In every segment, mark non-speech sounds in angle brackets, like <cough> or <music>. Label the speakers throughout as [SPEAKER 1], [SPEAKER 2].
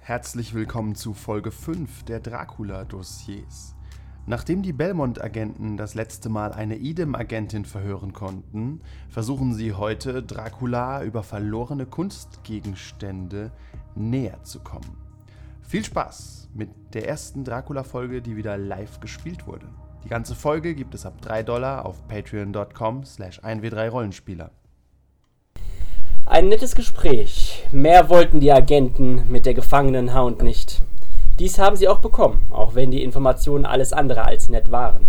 [SPEAKER 1] Herzlich willkommen zu Folge 5 der Dracula-Dossiers. Nachdem die Belmont-Agenten das letzte Mal eine Idem-Agentin verhören konnten, versuchen sie heute, Dracula über verlorene Kunstgegenstände näher zu kommen. Viel Spaß mit der ersten Dracula-Folge, die wieder live gespielt wurde. Die ganze Folge gibt es ab 3 Dollar auf patreon.com slash 1w3rollenspieler.
[SPEAKER 2] Ein nettes Gespräch. Mehr wollten die Agenten mit der gefangenen Hound nicht. Dies haben sie auch bekommen, auch wenn die Informationen alles andere als nett waren.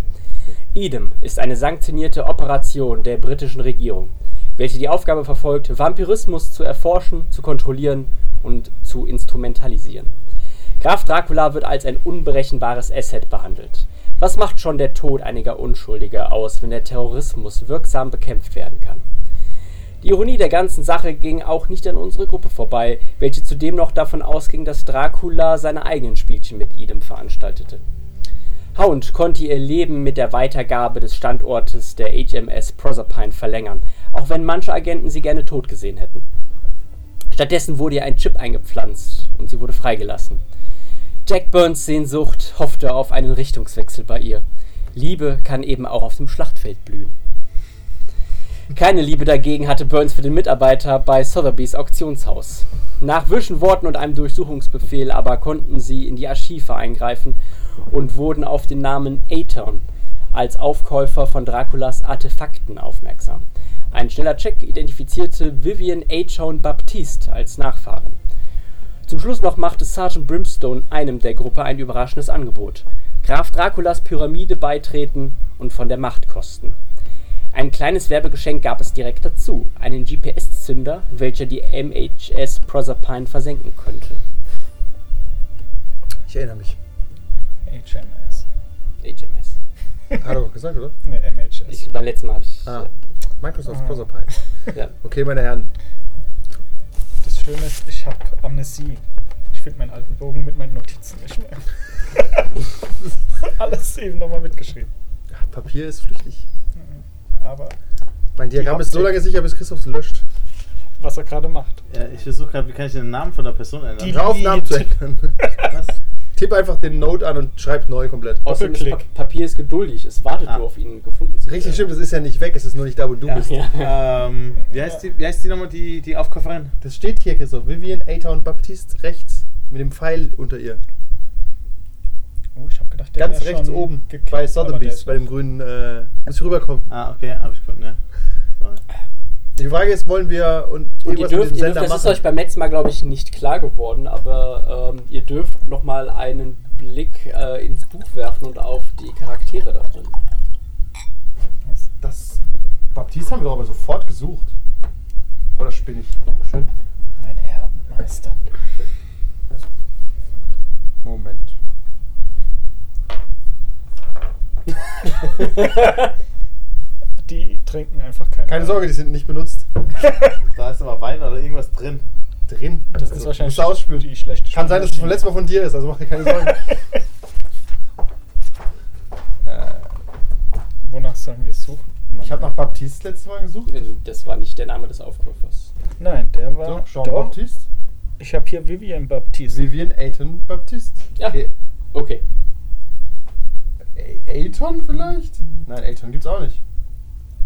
[SPEAKER 2] Idem ist eine sanktionierte Operation der britischen Regierung, welche die Aufgabe verfolgt, Vampirismus zu erforschen, zu kontrollieren und zu instrumentalisieren. Graf Dracula wird als ein unberechenbares Asset behandelt. Was macht schon der Tod einiger Unschuldiger aus, wenn der Terrorismus wirksam bekämpft werden kann? Die Ironie der ganzen Sache ging auch nicht an unsere Gruppe vorbei, welche zudem noch davon ausging, dass Dracula seine eigenen Spielchen mit Idem veranstaltete. Hound konnte ihr Leben mit der Weitergabe des Standortes der HMS Proserpine verlängern, auch wenn manche Agenten sie gerne tot gesehen hätten. Stattdessen wurde ihr ein Chip eingepflanzt und sie wurde freigelassen. Jack Burns Sehnsucht hoffte auf einen Richtungswechsel bei ihr. Liebe kann eben auch auf dem Schlachtfeld blühen. Keine Liebe dagegen hatte Burns für den Mitarbeiter bei Sotheby's Auktionshaus. Nach wischen Worten und einem Durchsuchungsbefehl aber konnten sie in die Archive eingreifen und wurden auf den Namen Aton als Aufkäufer von Draculas Artefakten aufmerksam. Ein schneller Check identifizierte Vivian Aton Baptiste als Nachfahren. Zum Schluss noch machte Sergeant Brimstone einem der Gruppe ein überraschendes Angebot. Graf Draculas Pyramide beitreten und von der Macht kosten. Ein kleines Werbegeschenk gab es direkt dazu, einen GPS-Zünder, welcher die MHS Proserpine versenken könnte.
[SPEAKER 3] Ich erinnere mich.
[SPEAKER 4] HMS.
[SPEAKER 2] HMS.
[SPEAKER 3] Hat er doch gesagt, oder?
[SPEAKER 4] Ne, MHS.
[SPEAKER 2] Ich, beim letzten Mal habe ich.
[SPEAKER 3] Ah, Microsoft
[SPEAKER 4] Ah.
[SPEAKER 3] Proserpine.
[SPEAKER 2] Ja.
[SPEAKER 3] Okay, meine Herren.
[SPEAKER 4] das Schöne ist, ich habe Amnesie. Ich finde meinen alten Bogen mit meinen Notizen nicht mehr. <laughs> Alles eben nochmal mitgeschrieben.
[SPEAKER 3] Papier ist flüchtig.
[SPEAKER 4] Aber
[SPEAKER 3] Mein Diagramm ist so
[SPEAKER 4] Optik.
[SPEAKER 3] lange sicher, bis Christoph es löscht.
[SPEAKER 4] was er gerade macht.
[SPEAKER 5] Ja, ich versuche gerade, wie kann ich den Namen von der Person ändern?
[SPEAKER 4] Die-
[SPEAKER 3] Hör auf, Namen zu ändern. <laughs>
[SPEAKER 5] Was?
[SPEAKER 3] Tipp einfach den Note an und schreib neu komplett.
[SPEAKER 2] Außerdem ist
[SPEAKER 4] Doppelklick.
[SPEAKER 2] pa Papier ist geduldig, es wartet
[SPEAKER 5] Ah.
[SPEAKER 2] nur auf ihn gefunden zu
[SPEAKER 3] Richtig
[SPEAKER 2] werden.
[SPEAKER 3] stimmt, es ist ja nicht weg, es ist nur nicht da, wo du
[SPEAKER 5] Ja.
[SPEAKER 3] bist.
[SPEAKER 2] Ja.
[SPEAKER 5] ähm, wie heißt die, wie heißt die nochmal, die, die Aufkäuferin?
[SPEAKER 3] Das steht hier, Christoph. Vivian, Ata und Baptiste rechts mit dem Pfeil unter ihr.
[SPEAKER 4] Oh, ich habe gedacht, der
[SPEAKER 3] Ganz
[SPEAKER 4] wär
[SPEAKER 3] rechts
[SPEAKER 4] schon
[SPEAKER 3] oben
[SPEAKER 4] gekippt,
[SPEAKER 3] bei
[SPEAKER 4] aber der
[SPEAKER 3] Sotheby's,
[SPEAKER 4] ist
[SPEAKER 3] bei dem
[SPEAKER 4] noch-
[SPEAKER 3] grünen. Äh, muss ich rüberkommen.
[SPEAKER 5] Ah, okay, habe ich gefunden, ja. Sorry.
[SPEAKER 3] Die Frage ist, wollen wir und
[SPEAKER 2] Und ihr
[SPEAKER 3] irgendwas
[SPEAKER 2] dürft,
[SPEAKER 3] mit
[SPEAKER 2] ihr
[SPEAKER 3] dem
[SPEAKER 2] dürft,
[SPEAKER 3] Sender
[SPEAKER 2] das ist
[SPEAKER 3] machen?
[SPEAKER 2] euch beim letzten Mal, glaube ich, nicht klar geworden, aber ähm, ihr dürft nochmal einen Blick äh, ins Buch werfen und auf die Charaktere da drin. <laughs>
[SPEAKER 3] das Baptiste haben wir doch aber sofort gesucht. Oder spinne ich?
[SPEAKER 2] Dankeschön.
[SPEAKER 4] Mein Herr
[SPEAKER 3] <laughs>
[SPEAKER 4] und Meister.
[SPEAKER 3] Moment.
[SPEAKER 4] Die trinken einfach keine.
[SPEAKER 3] Keine Sorge,
[SPEAKER 4] <laughs>
[SPEAKER 3] die sind nicht benutzt. <laughs>
[SPEAKER 5] Da ist aber Wein oder irgendwas drin.
[SPEAKER 3] Drin.
[SPEAKER 4] Das ist
[SPEAKER 3] Also, musst
[SPEAKER 4] wahrscheinlich
[SPEAKER 3] du ausspülen.
[SPEAKER 4] die schlechte
[SPEAKER 3] Kann sein, dass es vom letzten Mal von dir ist, also mach dir keine
[SPEAKER 4] <laughs>
[SPEAKER 3] Sorgen.
[SPEAKER 4] Wonach sollen wir suchen? Mann.
[SPEAKER 3] Äh, ich habe nach Baptiste letztes Mal gesucht.
[SPEAKER 2] Das war nicht der Name des Aufkäufers.
[SPEAKER 4] Nein, der war.
[SPEAKER 3] Doch, Jean
[SPEAKER 4] Doch.
[SPEAKER 3] Baptiste.
[SPEAKER 4] Ich habe hier Vivian Baptiste.
[SPEAKER 3] Vivian Aiton Baptiste.
[SPEAKER 2] Ja.
[SPEAKER 3] Okay.
[SPEAKER 2] Okay.
[SPEAKER 3] A- Aiton vielleicht? Nein, Aiton gibt's auch nicht.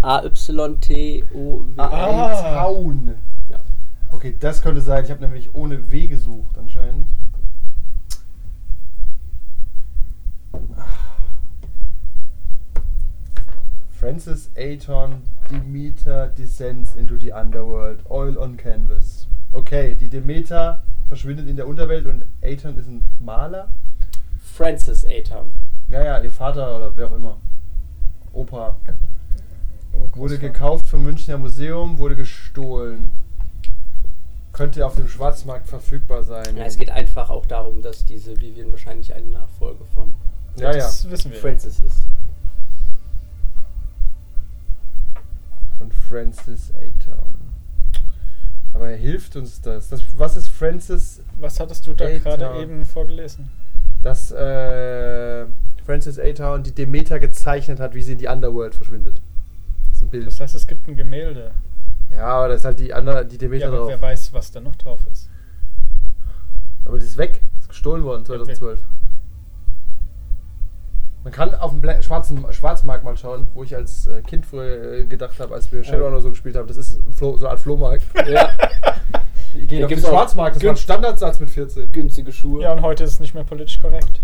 [SPEAKER 2] A-Y-T-O-W.
[SPEAKER 4] Ah.
[SPEAKER 3] Aiton.
[SPEAKER 2] Ja.
[SPEAKER 3] Okay, das könnte sein. Ich habe nämlich ohne W gesucht anscheinend. Francis Aiton Demeter descends into the underworld, oil on canvas. Okay, die Demeter verschwindet in der Unterwelt und Aiton ist ein Maler.
[SPEAKER 2] Francis Aton.
[SPEAKER 3] Ja, ja, ihr Vater oder wer auch immer. Opa.
[SPEAKER 4] Oh,
[SPEAKER 3] Wurde
[SPEAKER 4] Großvater.
[SPEAKER 3] gekauft vom Münchner Museum, wurde gestohlen. Könnte auf dem Schwarzmarkt verfügbar sein.
[SPEAKER 2] Ja, es geht einfach auch darum, dass diese Vivian wahrscheinlich eine Nachfolge von
[SPEAKER 3] Ja, ja.
[SPEAKER 4] Das wissen wir.
[SPEAKER 2] Francis ist.
[SPEAKER 3] Von Francis Aiton. Aber hilft uns das? das was ist Francis?
[SPEAKER 4] Was hattest du da
[SPEAKER 3] Alter.
[SPEAKER 4] gerade eben vorgelesen?
[SPEAKER 3] Dass äh, Francis Aiton die Demeter gezeichnet hat, wie sie in die Underworld verschwindet. Das ist ein Bild.
[SPEAKER 4] Das heißt, es gibt ein Gemälde.
[SPEAKER 3] ja, aber da ist halt die, Ander, die Demeter
[SPEAKER 4] Ja, aber
[SPEAKER 3] drauf.
[SPEAKER 4] wer weiß, was da noch drauf ist.
[SPEAKER 3] Aber das ist weg. Das ist gestohlen worden 2012. Man kann auf dem Bla- schwarzen Schwarzmarkt mal schauen, wo ich als äh, Kind früher äh, gedacht habe, als wir Shadowrun oder so gespielt haben. Das ist ein Flo, so eine Art Flohmarkt.
[SPEAKER 2] Ja,
[SPEAKER 3] Die gehen auf den
[SPEAKER 2] gibt's auch
[SPEAKER 3] Schwarzmarkt. Das war ein
[SPEAKER 4] Gün-
[SPEAKER 3] Standardsatz mit 14.
[SPEAKER 2] günstige Schuhe.
[SPEAKER 4] Ja, und heute ist es nicht mehr politisch korrekt.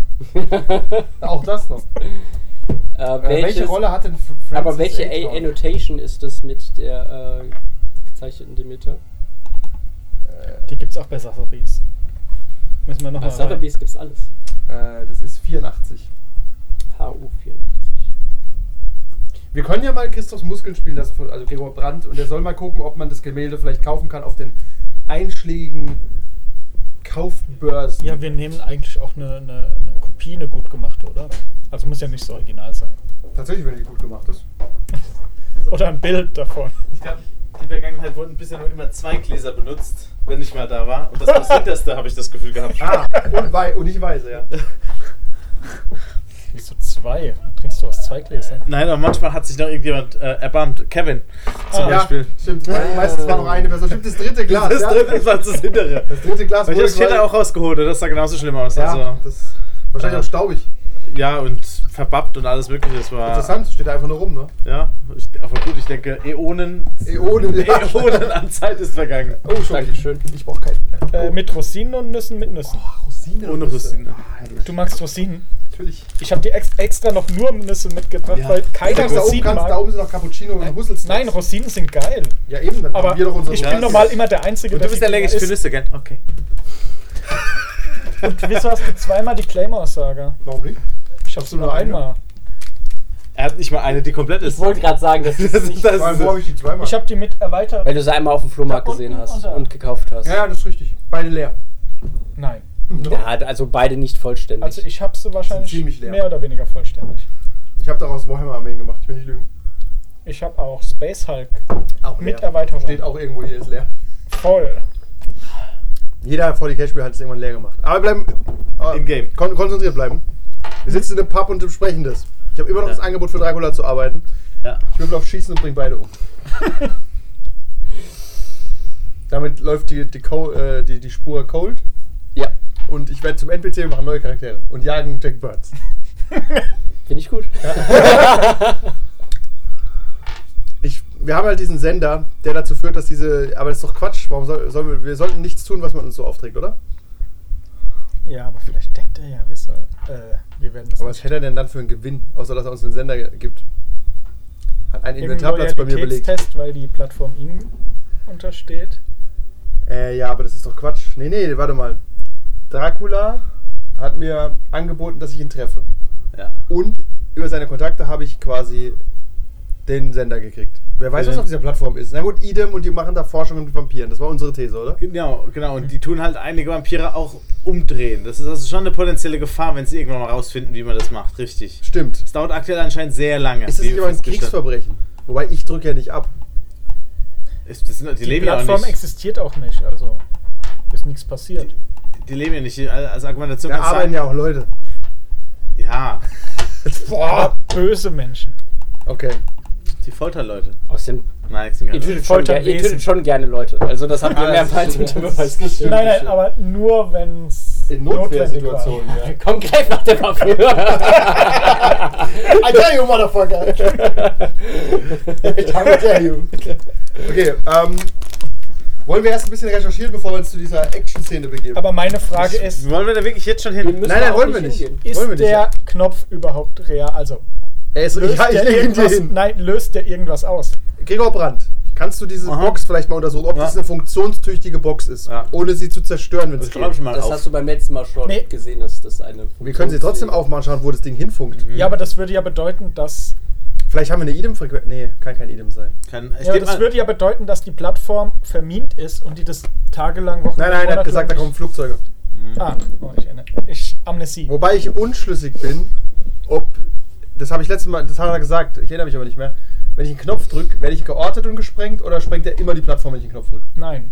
[SPEAKER 3] <laughs> Auch das noch.
[SPEAKER 2] Äh,
[SPEAKER 3] Äh, welche
[SPEAKER 2] welches-
[SPEAKER 3] Rolle hat denn Fr- Francis
[SPEAKER 2] Aber welche A
[SPEAKER 3] Aiton?
[SPEAKER 2] Annotation ist das mit der äh, gezeichneten Demeter?
[SPEAKER 4] Die gibt es auch bei Sotheby's. Müssen wir
[SPEAKER 2] Bei
[SPEAKER 4] nochmal.
[SPEAKER 2] Sotheby's gibt's alles.
[SPEAKER 3] Äh, das ist 84.
[SPEAKER 2] HU84.
[SPEAKER 3] Wir können ja mal Christophs Muskeln spielen, das von, also Gregor Brandt, und er soll mal gucken, ob man das Gemälde vielleicht kaufen kann auf den einschlägigen Kaufbörsen.
[SPEAKER 4] Ja, wir nehmen eigentlich auch eine, eine, eine Kopie, eine gut gemachte, oder? Also muss ja nicht das Original sein.
[SPEAKER 3] Tatsächlich, wenn die gut gemacht ist.
[SPEAKER 4] Oder ein Bild davon.
[SPEAKER 5] Ich glaube, die Vergangenheit wurden bisher nur immer zwei Gläser benutzt, wenn ich mal da war. Und das war das hinterste, habe ich das Gefühl gehabt.
[SPEAKER 3] Ah, und, wei und ich weise, ja.
[SPEAKER 4] Wieso zwei? Trinkst du aus zwei Gläsern?
[SPEAKER 5] Nein, aber manchmal hat sich noch irgendjemand äh, erbarmt. Kevin zum
[SPEAKER 4] Ah.
[SPEAKER 3] Ja,
[SPEAKER 5] Beispiel.
[SPEAKER 3] stimmt. Weil meistens war noch eine Person. Stimmt, das dritte Glas.
[SPEAKER 5] Das
[SPEAKER 3] ja.
[SPEAKER 5] dritte ist als das hintere.
[SPEAKER 3] das dritte Glas
[SPEAKER 5] Aber ich habe das
[SPEAKER 3] wurde-
[SPEAKER 5] vierte auch rausgeholt, das sah genauso schlimm aus.
[SPEAKER 3] Ja,
[SPEAKER 5] also,
[SPEAKER 3] das wahrscheinlich
[SPEAKER 5] Ja.
[SPEAKER 3] auch staubig.
[SPEAKER 5] ja und verbappt und alles mögliche. Das war.
[SPEAKER 3] Interessant, steht da einfach nur rum, ne?
[SPEAKER 5] Ja, ich, aber gut, ich denke, Äonen,
[SPEAKER 3] <laughs> Äonen, ja.
[SPEAKER 5] Äonen an Zeit ist vergangen.
[SPEAKER 3] Oh, schon.
[SPEAKER 2] Dankeschön.
[SPEAKER 3] Ich brauch keinen.
[SPEAKER 4] Äh, mit Rosinen und Nüssen mit Nüssen.
[SPEAKER 3] Rosine.
[SPEAKER 5] Ohne Rosine.
[SPEAKER 4] Du magst Rosinen?
[SPEAKER 3] Ah, Natürlich.
[SPEAKER 4] Ich habe dir ex extra noch nur Nüsse mitgebracht,
[SPEAKER 5] Ja.
[SPEAKER 4] weil
[SPEAKER 3] Ich
[SPEAKER 4] keiner
[SPEAKER 3] sag's, da oben
[SPEAKER 4] Rosinen
[SPEAKER 3] kannst, da
[SPEAKER 4] mag.
[SPEAKER 3] oben sind noch Cappuccino und Hussels.
[SPEAKER 4] Nein, Rosinen sind geil.
[SPEAKER 3] Ja, eben, dann
[SPEAKER 4] Aber
[SPEAKER 3] haben wir doch unsere
[SPEAKER 4] ich bin
[SPEAKER 5] Rosinen.
[SPEAKER 4] normal immer der Einzige,
[SPEAKER 5] Und du bist
[SPEAKER 4] die
[SPEAKER 5] allergisch
[SPEAKER 4] isst.
[SPEAKER 5] für Nüsse, gell? Okay.
[SPEAKER 4] Und wieso hast du zweimal die Claim-Aussage?
[SPEAKER 3] Warum nicht?
[SPEAKER 4] Ich habe so nur
[SPEAKER 3] Nur eine?
[SPEAKER 4] einmal.
[SPEAKER 5] Er hat nicht mal eine, die komplett
[SPEAKER 2] Ich
[SPEAKER 5] ist.
[SPEAKER 2] wollte gerade sagen, das
[SPEAKER 3] <laughs>
[SPEAKER 2] ist nicht,
[SPEAKER 5] <laughs> das
[SPEAKER 3] Weil, wo habe ich die zweimal?
[SPEAKER 4] Ich habe die mit erweitert.
[SPEAKER 2] weil du sie einmal auf dem Flohmarkt
[SPEAKER 4] Da
[SPEAKER 2] gesehen
[SPEAKER 4] unten
[SPEAKER 2] hast
[SPEAKER 4] und da.
[SPEAKER 2] und gekauft hast.
[SPEAKER 3] Ja, ja, das ist richtig. Beide leer.
[SPEAKER 4] Nein.
[SPEAKER 2] Ja, also beide nicht vollständig.
[SPEAKER 4] Also ich habe sie wahrscheinlich
[SPEAKER 3] ziemlich leer.
[SPEAKER 4] mehr oder weniger vollständig.
[SPEAKER 3] Ich habe daraus Warhammer Armeen gemacht, ich will nicht lügen.
[SPEAKER 4] Ich habe auch Space Hulk
[SPEAKER 3] Auch
[SPEAKER 4] mit Erweiterung.
[SPEAKER 3] Steht auch irgendwo hier, ist leer.
[SPEAKER 4] Voll. <laughs>
[SPEAKER 3] Jeder 40k-Spiel hat es irgendwann leer gemacht. Aber bleiben. äh,
[SPEAKER 5] In-game.
[SPEAKER 3] Kon konzentriert bleiben. Wir sitzen in einem Pub und besprechen das. Ich habe immer noch
[SPEAKER 5] Ja.
[SPEAKER 3] das Angebot für Dracula zu arbeiten.
[SPEAKER 5] Ja.
[SPEAKER 3] Ich würfel auf Schießen und bring beide um. Damit läuft die, die, Co äh, die, die Spur cold.
[SPEAKER 2] Ja,
[SPEAKER 3] Und ich werde zum NPC und mache neue Charaktere. Und jagen Jack Burns.
[SPEAKER 2] finde ich gut.
[SPEAKER 3] Ich, wir haben halt diesen Sender, der dazu führt, dass diese. Aber das ist doch Quatsch. Warum soll, sollen wir, wir sollten nichts tun, was man uns so aufträgt, oder?
[SPEAKER 4] Ja, aber vielleicht denkt er ja, wir sollen. Äh, wir werden das.
[SPEAKER 3] Aber was hätte er denn dann für einen Gewinn, außer dass er uns einen Sender ge- gibt? Hat einen Inventarplatz bei mir belegt.
[SPEAKER 4] Test, weil die Plattform ihm untersteht.
[SPEAKER 3] Äh, ja, aber das ist doch Quatsch. Nee, nee, warte mal. Dracula hat mir angeboten, dass ich ihn treffe.
[SPEAKER 5] Ja.
[SPEAKER 3] Und über seine Kontakte habe ich quasi den Sender gekriegt. Wer weiß, was
[SPEAKER 5] Ja.
[SPEAKER 3] auf dieser Plattform ist. Na gut, Idem und die machen da Forschungen mit Vampiren. Das war unsere These, oder?
[SPEAKER 5] Genau, genau. Und die tun halt einige Vampire auch umdrehen. Das ist also schon eine potenzielle Gefahr, wenn sie irgendwann mal rausfinden, wie man das macht. Richtig.
[SPEAKER 3] Stimmt.
[SPEAKER 5] Es dauert aktuell anscheinend sehr lange.
[SPEAKER 3] Ist das
[SPEAKER 5] wie
[SPEAKER 3] nicht
[SPEAKER 5] wir
[SPEAKER 3] immer ein
[SPEAKER 5] festgestellt-
[SPEAKER 3] Kriegsverbrechen? Wobei ich drücke ja nicht ab.
[SPEAKER 5] Ist- Das sind, die,
[SPEAKER 4] Die
[SPEAKER 5] leben ja auch
[SPEAKER 4] Plattform
[SPEAKER 5] nicht.
[SPEAKER 4] existiert auch nicht, also ist nichts passiert.
[SPEAKER 5] Die leben ja nicht. Also Als Argumentation
[SPEAKER 3] Da
[SPEAKER 5] kannst du
[SPEAKER 3] arbeiten ja
[SPEAKER 5] sagen-
[SPEAKER 3] auch Leute. <laughs>
[SPEAKER 5] Ja,
[SPEAKER 4] Boah, böse Menschen.
[SPEAKER 3] Okay.
[SPEAKER 5] die Folterleute.
[SPEAKER 2] <laughs> Außerdem,
[SPEAKER 5] Nein, ich bin gar
[SPEAKER 2] ihr
[SPEAKER 5] nicht.
[SPEAKER 2] tötet, schon,
[SPEAKER 4] Folter
[SPEAKER 2] ger- ihr
[SPEAKER 4] Wesen.
[SPEAKER 2] tötet schon gerne Leute. Also das habt ihr
[SPEAKER 3] Ah, das
[SPEAKER 2] mehrmals
[SPEAKER 3] stimmt.
[SPEAKER 2] unter
[SPEAKER 3] <laughs>
[SPEAKER 2] Beweis
[SPEAKER 3] Das stimmt.
[SPEAKER 2] gestellt.
[SPEAKER 4] Nein, nein, aber nur wenn es
[SPEAKER 3] In
[SPEAKER 4] Notwehrsituationen.
[SPEAKER 3] Notwehrsituationen, ja.
[SPEAKER 2] Komm, greif nach der
[SPEAKER 3] <laughs>
[SPEAKER 2] Waffe.
[SPEAKER 3] I tell you, motherfucker! <laughs> I can't tell you. Okay, ähm. Wollen wir erst ein bisschen recherchieren, bevor wir uns zu dieser Action-Szene begeben?
[SPEAKER 4] Aber meine Frage ist,
[SPEAKER 5] Wollen wir da wirklich jetzt schon
[SPEAKER 2] Wir
[SPEAKER 5] hin?
[SPEAKER 2] müssen
[SPEAKER 3] Nein, nein,
[SPEAKER 2] da auch
[SPEAKER 3] wollen wir nicht.
[SPEAKER 2] hingehen.
[SPEAKER 4] ist
[SPEAKER 3] wollen wir nicht,
[SPEAKER 4] der
[SPEAKER 3] ja.
[SPEAKER 4] Knopf überhaupt real? Also
[SPEAKER 3] er ist, <laughs>
[SPEAKER 4] löst,
[SPEAKER 3] ja, ich lege ihn
[SPEAKER 4] der
[SPEAKER 3] dir
[SPEAKER 4] irgendwas,
[SPEAKER 3] hin.
[SPEAKER 4] nein, löst der irgendwas aus?
[SPEAKER 3] Gregor Brandt, kannst du diese
[SPEAKER 5] Aha.
[SPEAKER 3] Box vielleicht mal untersuchen, ob
[SPEAKER 5] Ja.
[SPEAKER 3] das eine funktionstüchtige Box ist,
[SPEAKER 5] Ja.
[SPEAKER 3] ohne sie zu zerstören, wenn es
[SPEAKER 5] Das
[SPEAKER 3] geht?
[SPEAKER 5] schraub ich mal
[SPEAKER 2] Das
[SPEAKER 5] auf.
[SPEAKER 2] hast du beim letzten Mal schon
[SPEAKER 4] Nee.
[SPEAKER 2] gesehen, dass das eine.
[SPEAKER 3] Wir können sie trotzdem aufmachen, schauen, wo das Ding hinfunkt.
[SPEAKER 5] Mhm.
[SPEAKER 4] Ja, aber das würde ja bedeuten, dass
[SPEAKER 3] Vielleicht haben wir eine Idem-Frequenz. Nee, kann kein Idem sein.
[SPEAKER 5] Kann, ich
[SPEAKER 4] ja,
[SPEAKER 5] geb
[SPEAKER 4] das
[SPEAKER 5] mal-
[SPEAKER 4] würde ja bedeuten, dass die Plattform vermint ist und die das tagelang Wochen
[SPEAKER 3] Nein, nein, er hat
[SPEAKER 4] Monate
[SPEAKER 3] gesagt, da
[SPEAKER 4] lang
[SPEAKER 3] kommen Flugzeuge.
[SPEAKER 4] nicht- Ah, oh, ich erinnere. Ich Amnesie.
[SPEAKER 3] Wobei ich unschlüssig bin, ob. Das habe ich letztes Mal, das hat er gesagt, ich erinnere mich aber nicht mehr. Wenn ich einen Knopf drücke, werde ich geortet und gesprengt oder sprengt er immer die Plattform, wenn ich einen Knopf drücke?
[SPEAKER 4] Nein.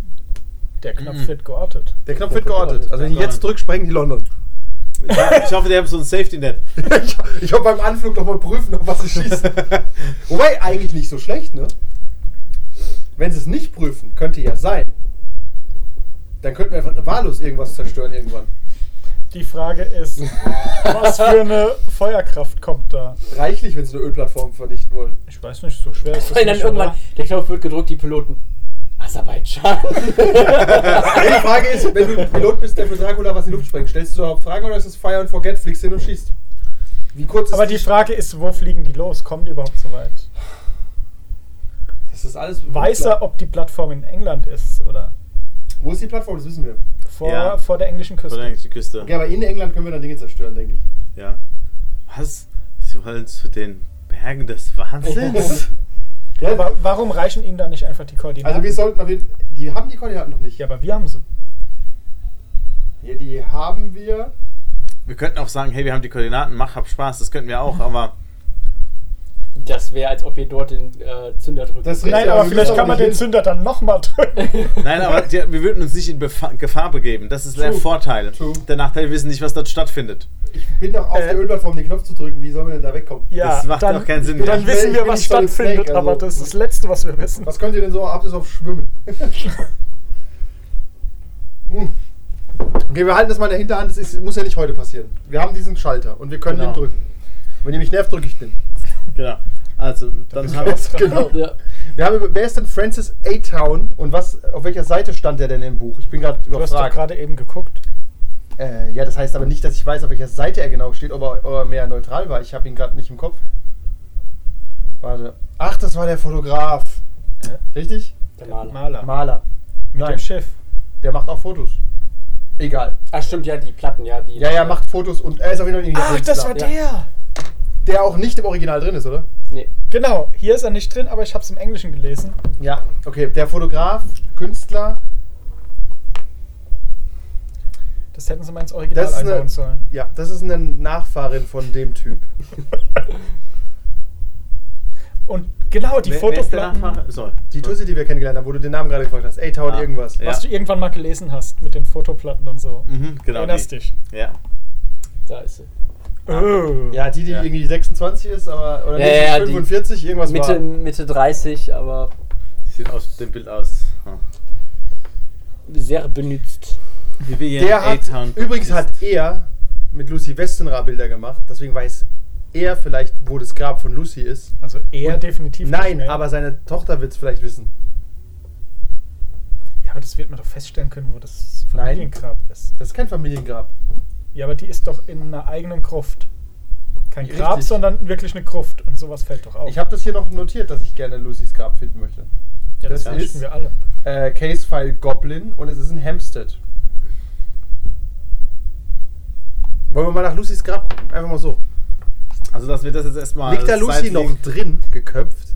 [SPEAKER 4] Der Knopf
[SPEAKER 5] Mhm.
[SPEAKER 4] wird geortet.
[SPEAKER 3] Der Knopf wird geortet. Also wenn ich jetzt drücke, sprengen die London. <laughs>
[SPEAKER 5] Ja, ich hoffe, die haben so ein Safety-Net.
[SPEAKER 3] ich ich habe beim Anflug nochmal prüfen, auf was sie <laughs> schießen.
[SPEAKER 5] <laughs>
[SPEAKER 3] Wobei eigentlich nicht so schlecht, ne? Wenn sie es nicht prüfen, könnte ja sein, Dann könnten wir einfach wahllos irgendwas zerstören irgendwann.
[SPEAKER 4] Die Frage ist, was für eine Feuerkraft kommt da?
[SPEAKER 3] Reichlich, wenn sie eine Ölplattform vernichten wollen.
[SPEAKER 4] Ich weiß nicht, so schwer ist
[SPEAKER 2] <laughs>
[SPEAKER 4] es
[SPEAKER 2] Weil dann
[SPEAKER 4] nicht,
[SPEAKER 2] irgendwann,
[SPEAKER 4] oder?
[SPEAKER 2] der Knopf wird gedrückt, die Piloten. Aserbaidschan.
[SPEAKER 3] Die Frage ist, wenn du ein Pilot bist, der für Dracula was in die Luft sprengt, stellst du überhaupt Fragen oder ist es Fire and Forget, fliegst hin und schießt? Wie kurz ist
[SPEAKER 4] Aber die Frage ist, wo fliegen die los? Kommen die überhaupt so weit?
[SPEAKER 3] Das ist alles
[SPEAKER 4] Weiß er, ob die Plattform in England ist oder
[SPEAKER 3] Wo ist die Plattform? Das wissen wir.
[SPEAKER 4] vor,
[SPEAKER 5] Ja.
[SPEAKER 4] vor der englischen
[SPEAKER 5] Vor der
[SPEAKER 4] Küste?
[SPEAKER 5] englischen Küste.
[SPEAKER 3] Okay, aber in England können wir dann Dinge zerstören, denke ich.
[SPEAKER 5] Ja. Was? Sie wollen zu den Bergen des Wahnsinns?
[SPEAKER 3] Oh. Ja,
[SPEAKER 4] Wa- warum reichen ihnen da nicht einfach die Koordinaten?
[SPEAKER 3] also wir sollten auf jeden Die haben die Koordinaten noch nicht.
[SPEAKER 4] ja, aber wir haben sie.
[SPEAKER 3] Ja, die haben wir.
[SPEAKER 5] <laughs> wir könnten auch sagen, hey, wir haben die Koordinaten, mach, hab Spaß, das könnten wir auch, aber
[SPEAKER 2] Das wäre, als ob ihr dort den äh, Zünder drückt.
[SPEAKER 3] Das ist
[SPEAKER 4] Nein,
[SPEAKER 3] Richtig, aber
[SPEAKER 4] aber
[SPEAKER 3] wir
[SPEAKER 4] vielleicht
[SPEAKER 3] müssen
[SPEAKER 4] kann
[SPEAKER 3] auch
[SPEAKER 4] man
[SPEAKER 3] nicht
[SPEAKER 4] den
[SPEAKER 3] hin.
[SPEAKER 4] Zünder dann nochmal drücken.
[SPEAKER 2] <laughs>
[SPEAKER 5] nein, aber die, wir würden uns nicht in Befa Gefahr begeben. Das ist der
[SPEAKER 3] True.
[SPEAKER 5] Vorteil.
[SPEAKER 3] True.
[SPEAKER 5] Der Nachteil, wir wissen nicht, was dort stattfindet.
[SPEAKER 3] Ich bin doch auf
[SPEAKER 4] Äh.
[SPEAKER 3] der Ölplattform, den Knopf zu drücken. Wie sollen wir denn da wegkommen?
[SPEAKER 4] Ja,
[SPEAKER 5] das macht
[SPEAKER 4] dann,
[SPEAKER 5] auch keinen Sinn.
[SPEAKER 4] Dann
[SPEAKER 3] Ich will-
[SPEAKER 5] mehr.
[SPEAKER 4] wissen
[SPEAKER 3] ich
[SPEAKER 4] wir,
[SPEAKER 3] bin
[SPEAKER 4] was
[SPEAKER 3] nicht Solid
[SPEAKER 4] stattfindet,
[SPEAKER 3] Snake, also-
[SPEAKER 4] aber das ist das Letzte, was wir wissen.
[SPEAKER 3] Was könnt ihr denn so ab ist auf Schwimmen?
[SPEAKER 4] <laughs>
[SPEAKER 3] Hm. Okay, wir halten das mal in der Hinterhand. Das ist, muss ja nicht heute passieren. Wir haben diesen Schalter und wir können
[SPEAKER 5] Genau.
[SPEAKER 3] den drücken. Wenn ihr mich nervt, drücke ich
[SPEAKER 4] <laughs>
[SPEAKER 3] den.
[SPEAKER 5] Genau. Also, dann haben wir.
[SPEAKER 3] Genau.
[SPEAKER 2] ja.
[SPEAKER 3] Wir haben, über- wer ist denn Francis A. Town und was, auf welcher Seite stand der denn im Buch? Ich bin gerade
[SPEAKER 4] du hast doch
[SPEAKER 3] überfragt.
[SPEAKER 4] gerade eben geguckt.
[SPEAKER 3] Äh, ja, das heißt aber nicht, dass ich weiß, auf welcher Seite er genau steht, ob er, ob er mehr neutral war. Ich habe ihn gerade nicht im Kopf. Warte. Ach, das war der Fotograf.
[SPEAKER 4] Hä?
[SPEAKER 3] Richtig?
[SPEAKER 2] Der Maler.
[SPEAKER 4] Maler.
[SPEAKER 3] Maler.
[SPEAKER 4] Mit
[SPEAKER 3] Nein.
[SPEAKER 4] dem Schiff.
[SPEAKER 3] Der macht auch Fotos. Egal.
[SPEAKER 2] Ach stimmt, ja, die Platten, ja. Die
[SPEAKER 3] Ja, ja, macht Fotos und er ist auf jeden Fall in
[SPEAKER 4] Ach, das war
[SPEAKER 2] Ja.
[SPEAKER 4] der!
[SPEAKER 3] der auch nicht im Original drin ist, oder?
[SPEAKER 2] Nee.
[SPEAKER 4] Genau, hier ist er nicht drin, aber ich habe es im Englischen gelesen.
[SPEAKER 3] Ja, okay. Der Fotograf, Künstler.
[SPEAKER 4] Das hätten sie mal ins Original
[SPEAKER 3] Das ist eine-
[SPEAKER 4] einbauen sollen.
[SPEAKER 3] Ja, das ist eine Nachfahrin von dem Typ.
[SPEAKER 4] Und genau, die
[SPEAKER 5] Wer- wer ist also, der
[SPEAKER 4] Fotoplatten,
[SPEAKER 5] Nachfahre? So.
[SPEAKER 3] Die Tussi, die wir kennengelernt haben, wo du den Namen gerade gefragt hast. A-Town
[SPEAKER 5] Ah,
[SPEAKER 3] irgendwas.
[SPEAKER 5] ja.
[SPEAKER 4] was du irgendwann mal gelesen hast mit den Fotoplatten und so.
[SPEAKER 5] Mhm, genau.
[SPEAKER 4] Erinnerst
[SPEAKER 5] Die.
[SPEAKER 4] dich?
[SPEAKER 5] Ja.
[SPEAKER 2] Da ist sie.
[SPEAKER 4] Oh.
[SPEAKER 3] Ja, die, die
[SPEAKER 5] Ja.
[SPEAKER 3] irgendwie 26 ist, aber oder
[SPEAKER 2] Ja,
[SPEAKER 3] nee,
[SPEAKER 2] ja, die
[SPEAKER 3] 45, irgendwas
[SPEAKER 2] Mitte,
[SPEAKER 3] war.
[SPEAKER 2] Mitte 30, aber
[SPEAKER 5] Sieht aus dem Bild aus. Hm.
[SPEAKER 2] sehr benutzt.
[SPEAKER 5] Wie wir hier in
[SPEAKER 3] Der hat,
[SPEAKER 5] A-Town-
[SPEAKER 3] übrigens hat er mit Lucy Westenra Bilder gemacht, deswegen weiß er vielleicht, wo das Grab von Lucy ist.
[SPEAKER 4] Also er
[SPEAKER 3] Und-
[SPEAKER 4] definitiv
[SPEAKER 3] Nein,
[SPEAKER 4] nicht ne? mehr.
[SPEAKER 3] aber seine Tochter wird es vielleicht wissen.
[SPEAKER 4] Ja, aber das wird man doch feststellen können, wo das
[SPEAKER 3] Nein.
[SPEAKER 4] Familiengrab ist.
[SPEAKER 3] Das ist kein Familiengrab.
[SPEAKER 4] Ja, aber die ist doch in einer eigenen Gruft. Kein
[SPEAKER 3] Richtig.
[SPEAKER 4] Grab, sondern wirklich eine Gruft. Und sowas fällt doch auf.
[SPEAKER 3] Ich habe das hier noch notiert, dass ich gerne Lucys Grab finden möchte.
[SPEAKER 4] ja, das,
[SPEAKER 3] das
[SPEAKER 4] wünschten
[SPEAKER 3] ist-
[SPEAKER 4] wir alle.
[SPEAKER 3] Äh, Case File Goblin und es ist in Hampstead. Wollen wir mal nach Lucys Grab gucken? Einfach mal so.
[SPEAKER 5] Also, dass wir das jetzt erstmal.
[SPEAKER 3] Liegt da Lucy
[SPEAKER 5] Sightseeing-
[SPEAKER 3] noch drin, geköpft?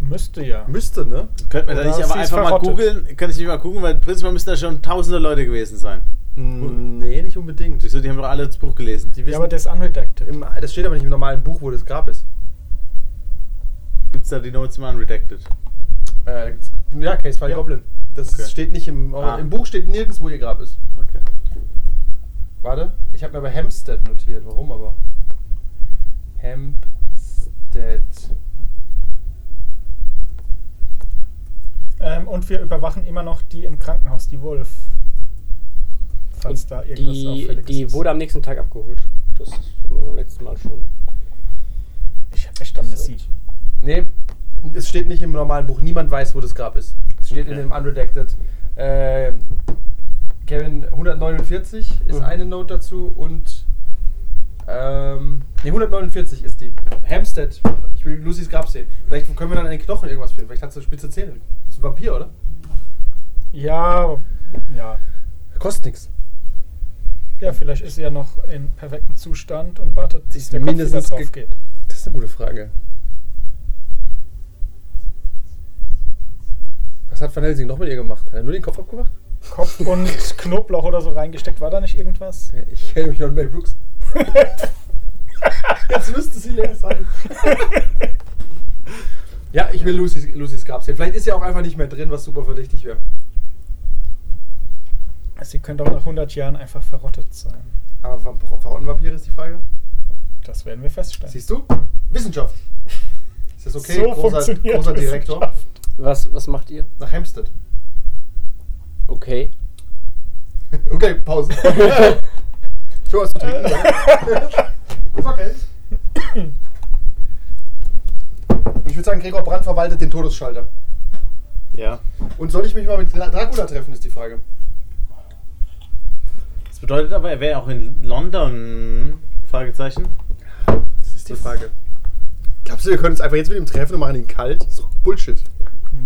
[SPEAKER 4] Müsste ja.
[SPEAKER 3] Müsste, ne?
[SPEAKER 5] Könnten wir da
[SPEAKER 4] Oder
[SPEAKER 5] nicht
[SPEAKER 4] sie
[SPEAKER 5] aber
[SPEAKER 4] ist
[SPEAKER 5] einfach mal
[SPEAKER 4] verrottet.
[SPEAKER 5] googeln? Kann ich nicht mal googeln, weil prinzipiell müssen da schon tausende Leute gewesen sein.
[SPEAKER 3] Mm, Nee, nicht unbedingt.
[SPEAKER 5] Wieso? Die haben doch alle das Buch gelesen.
[SPEAKER 3] Die wissen,
[SPEAKER 4] Ja, aber das ist unredacted.
[SPEAKER 3] im, das steht aber nicht im normalen Buch, wo das Grab ist.
[SPEAKER 5] Gibt's da die Notes im Unredacted?
[SPEAKER 3] Äh, ja, Case File
[SPEAKER 4] Ja.
[SPEAKER 3] Goblin. Das
[SPEAKER 5] Okay.
[SPEAKER 3] steht nicht im.
[SPEAKER 5] Ah.
[SPEAKER 3] Im Buch steht nirgends, wo ihr Grab ist.
[SPEAKER 5] Okay.
[SPEAKER 3] Warte, ich habe mir aber Hampstead notiert. Warum aber? Hampstead.
[SPEAKER 4] Ähm, und wir überwachen immer noch die im Krankenhaus, die Wolf. Falls da irgendwas
[SPEAKER 2] Die,
[SPEAKER 4] Auffälliges
[SPEAKER 2] die
[SPEAKER 4] ist.
[SPEAKER 2] wurde am nächsten Tag abgeholt. Das haben wir beim letzten Mal schon.
[SPEAKER 4] Ich hab echt Amnesie.
[SPEAKER 3] Nee, es steht nicht im normalen Buch. Niemand weiß, wo das Grab ist. Es steht in
[SPEAKER 5] Okay.
[SPEAKER 3] dem Unredacted. Äh, Kevin, 149 ist
[SPEAKER 2] Mhm.
[SPEAKER 3] eine Note dazu und. Ähm, nee, 149 ist die. Hampstead. Ich will Lucys Grab sehen. Vielleicht können wir dann an den Knochen irgendwas finden. Vielleicht hat sie spitze Zähne. Ist ein Vampir, oder?
[SPEAKER 4] Ja, ja.
[SPEAKER 3] Kostet nichts.
[SPEAKER 4] Ja, vielleicht ist sie ja noch in perfektem Zustand und wartet,
[SPEAKER 3] Sie
[SPEAKER 4] bis
[SPEAKER 3] ist
[SPEAKER 4] der Kopf wieder
[SPEAKER 3] mindestens
[SPEAKER 4] drauf
[SPEAKER 3] ge-
[SPEAKER 4] geht.
[SPEAKER 3] Das ist eine gute Frage. Was hat Van Helsing noch mit ihr gemacht? Hat er nur den Kopf abgemacht?
[SPEAKER 4] Kopf
[SPEAKER 3] <laughs>
[SPEAKER 4] und Knoblauch oder so reingesteckt. War da nicht irgendwas? <laughs>
[SPEAKER 3] Äh, Ich kenne mich noch an Mel Brooks. <laughs> Jetzt müsste sie leer sein. ja, ich will Lucy's, Lucy's Grab sehen. Vielleicht ist ja auch einfach nicht mehr drin, was super verdächtig wäre.
[SPEAKER 4] <laughs> Sie könnte auch nach 100 Jahren einfach verrottet sein.
[SPEAKER 3] Aber Vamp- verrotten Vampire ist die Frage.
[SPEAKER 4] Das werden wir feststellen.
[SPEAKER 3] Siehst du? Wissenschaft. Ist das okay?
[SPEAKER 4] So
[SPEAKER 3] großer
[SPEAKER 4] funktioniert
[SPEAKER 3] großer Direktor.
[SPEAKER 4] Wissenschaft.
[SPEAKER 2] Was, was macht ihr?
[SPEAKER 3] Nach Hampstead.
[SPEAKER 4] <laughs>
[SPEAKER 2] Okay.
[SPEAKER 3] <laughs>
[SPEAKER 2] <laughs>
[SPEAKER 3] Okay, Pause. <laughs> Schon was zu trinken. danke.
[SPEAKER 4] <laughs>
[SPEAKER 3] Ist okay. Und ich würde sagen, Gregor Brandt verwaltet den Todesschalter.
[SPEAKER 5] Ja.
[SPEAKER 3] Und soll ich mich mal mit Dra- Dracula treffen, ist die Frage.
[SPEAKER 5] Das bedeutet aber, er wäre auch in London? Fragezeichen.
[SPEAKER 3] Das ist die Frage. Glaubst du, wir können uns einfach jetzt mit ihm treffen und machen ihn kalt? Das ist doch Bullshit.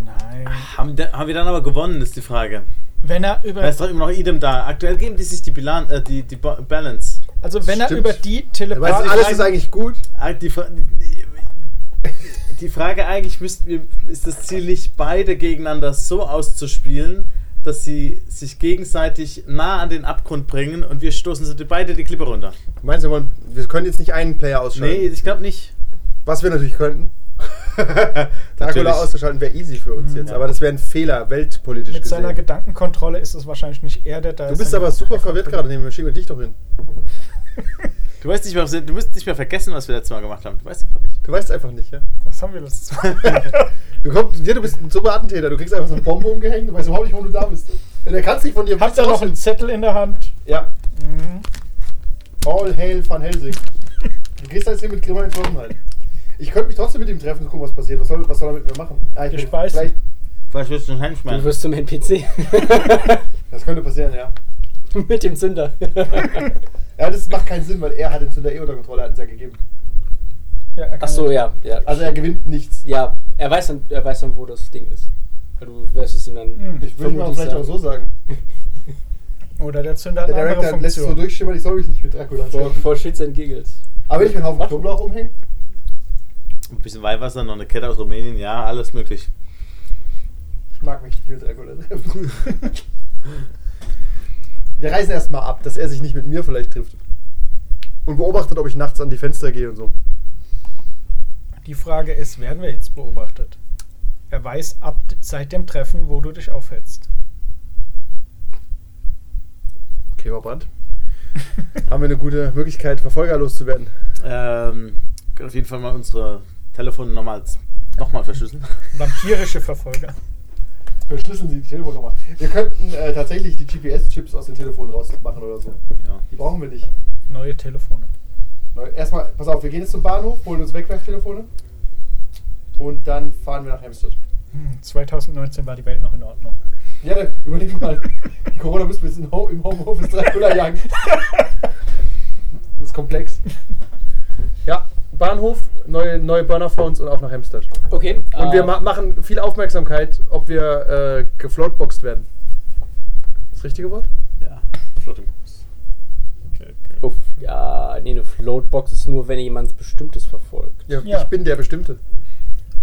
[SPEAKER 4] Nein.
[SPEAKER 5] Haben, da- haben wir dann aber gewonnen, ist die Frage.
[SPEAKER 4] Wenn er über,
[SPEAKER 5] Da ist doch immer noch Idem da. Aktuell geben die sich die, Bilan äh, die, die Ba- Balance.
[SPEAKER 4] also wenn er
[SPEAKER 3] Stimmt.
[SPEAKER 4] über die
[SPEAKER 3] Weißt du,
[SPEAKER 4] Telepathie.
[SPEAKER 3] alles ist eigentlich gut.
[SPEAKER 5] Ah, Die, Fra- die, die Frage eigentlich müssten wir, ist das Ziel nicht, beide gegeneinander so auszuspielen, dass sie sich gegenseitig nah an den Abgrund bringen und wir stoßen sie beide die Klippe runter.
[SPEAKER 3] Meinst du, wir wollen- wir können jetzt nicht einen Player
[SPEAKER 5] Nee,
[SPEAKER 3] ausschalten?
[SPEAKER 5] ich glaube nicht.
[SPEAKER 3] Was wir natürlich <laughs> könnten. Dracula
[SPEAKER 5] Natürlich.
[SPEAKER 3] auszuschalten wäre easy für uns jetzt.
[SPEAKER 5] ja.
[SPEAKER 3] Aber das wäre ein Fehler, weltpolitisch
[SPEAKER 4] Mhm, Mit seiner
[SPEAKER 3] gesehen.
[SPEAKER 4] Gedankenkontrolle ist es wahrscheinlich nicht er, der da
[SPEAKER 3] Du
[SPEAKER 4] ist.
[SPEAKER 3] bist aber super verwirrt gerade. Nee, wir schicken dich doch hin.
[SPEAKER 5] Du weißt nicht mehr, du musst nicht mehr vergessen, was wir letztes Mal gemacht haben. Du weißt einfach nicht.
[SPEAKER 3] Du weißt einfach nicht, ja?
[SPEAKER 4] Was haben wir letztes
[SPEAKER 3] <laughs>
[SPEAKER 4] Mal?
[SPEAKER 3] Du, kommst, ja, du bist ein super Attentäter. Du kriegst einfach so eine Bombe umgehängt. Du weißt überhaupt nicht, warum du da bist. Und er kann es nicht von dir
[SPEAKER 4] Habt ihr noch einen Zettel in der Hand?
[SPEAKER 3] Ja.
[SPEAKER 4] Mhm.
[SPEAKER 3] All hail Van Helsing. Du gehst jetzt hier mit Grimmer in Trockenheit. Ich könnte mich trotzdem mit ihm treffen und gucken, was passiert. Was soll, was soll er mit mir machen? Ah, ich
[SPEAKER 4] Wir
[SPEAKER 3] bin-
[SPEAKER 4] speisen.
[SPEAKER 3] vielleicht-
[SPEAKER 5] Vielleicht wirst du ein
[SPEAKER 2] Du
[SPEAKER 5] Henchman.
[SPEAKER 2] wirst zum NPC.
[SPEAKER 3] Das könnte passieren, ja.
[SPEAKER 2] <laughs> Mit dem
[SPEAKER 3] <laughs>
[SPEAKER 2] Zünder.
[SPEAKER 3] Ja, das macht keinen Sinn, weil er hat den Zünder eh unter Kontrolle, hat uns ja gegeben.
[SPEAKER 4] Ja, er kann
[SPEAKER 2] Achso, ja. ja.
[SPEAKER 3] Also er gewinnt nichts.
[SPEAKER 2] ja, er weiß, dann, er weiß dann, wo das Ding ist. Weil Du wirst es ihm dann.
[SPEAKER 4] Mhm.
[SPEAKER 3] Ich würde mal
[SPEAKER 2] Vermutlich
[SPEAKER 3] vielleicht auch so sagen.
[SPEAKER 4] Oder der Zünder hat
[SPEAKER 3] Der
[SPEAKER 4] eine andere
[SPEAKER 3] Director lässt es so
[SPEAKER 4] Funktion.
[SPEAKER 3] durchschimmern, ich soll mich nicht mit
[SPEAKER 2] <laughs>
[SPEAKER 3] Dracula
[SPEAKER 2] Vor,
[SPEAKER 3] treffen.
[SPEAKER 2] vor Schützen giggelt.
[SPEAKER 3] Aber wenn ich mir einen Haufen Knoblauch umhänge,
[SPEAKER 5] Ein bisschen Weihwasser, noch eine Kette aus Rumänien, ja, alles möglich.
[SPEAKER 3] ich mag mich nicht mit Dracula treffen. Wir reisen erstmal ab, dass er sich nicht mit mir vielleicht trifft. Und beobachtet, ob ich nachts an die Fenster gehe und so.
[SPEAKER 4] Die Frage ist, werden wir jetzt beobachtet? Er weiß ab seit dem Treffen, wo du dich aufhältst.
[SPEAKER 3] Okay, war Brand. <laughs> Haben wir eine gute Möglichkeit, Verfolger loszuwerden.
[SPEAKER 5] Ähm, können auf jeden Fall mal unsere Telefone nochmal nochmal verschlüsseln.
[SPEAKER 4] Vampirische Verfolger.
[SPEAKER 3] Verschlüsseln Sie die Telefonnummer. Wir könnten äh, tatsächlich die GPS-Chips aus den Telefonen rausmachen oder so.
[SPEAKER 5] Ja.
[SPEAKER 3] Die brauchen wir nicht.
[SPEAKER 4] Neue Telefone.
[SPEAKER 3] Neu- Erstmal, pass auf, wir gehen jetzt zum Bahnhof, holen uns Wegwerftelefone und dann fahren wir nach Hempstead.
[SPEAKER 4] Hm, 2019 war die Welt noch in Ordnung.
[SPEAKER 3] Ja, dann überleg mal. Corona müssen wir jetzt in Ho im Homeoffice Dracula jagen. Das ist komplex. Ja, Bahnhof, neue, neue Burner-Phones und auf nach Hempstead.
[SPEAKER 2] Okay. äh,
[SPEAKER 3] Und wir ma machen viel Aufmerksamkeit, ob wir äh, gefloatboxt werden. Das richtige Wort?
[SPEAKER 5] Ja. Floating Box.
[SPEAKER 2] Ja, nee, eine Floatbox ist nur, wenn jemand Bestimmtes verfolgt.
[SPEAKER 3] Ja,
[SPEAKER 4] Ja.
[SPEAKER 3] Ich bin der Bestimmte.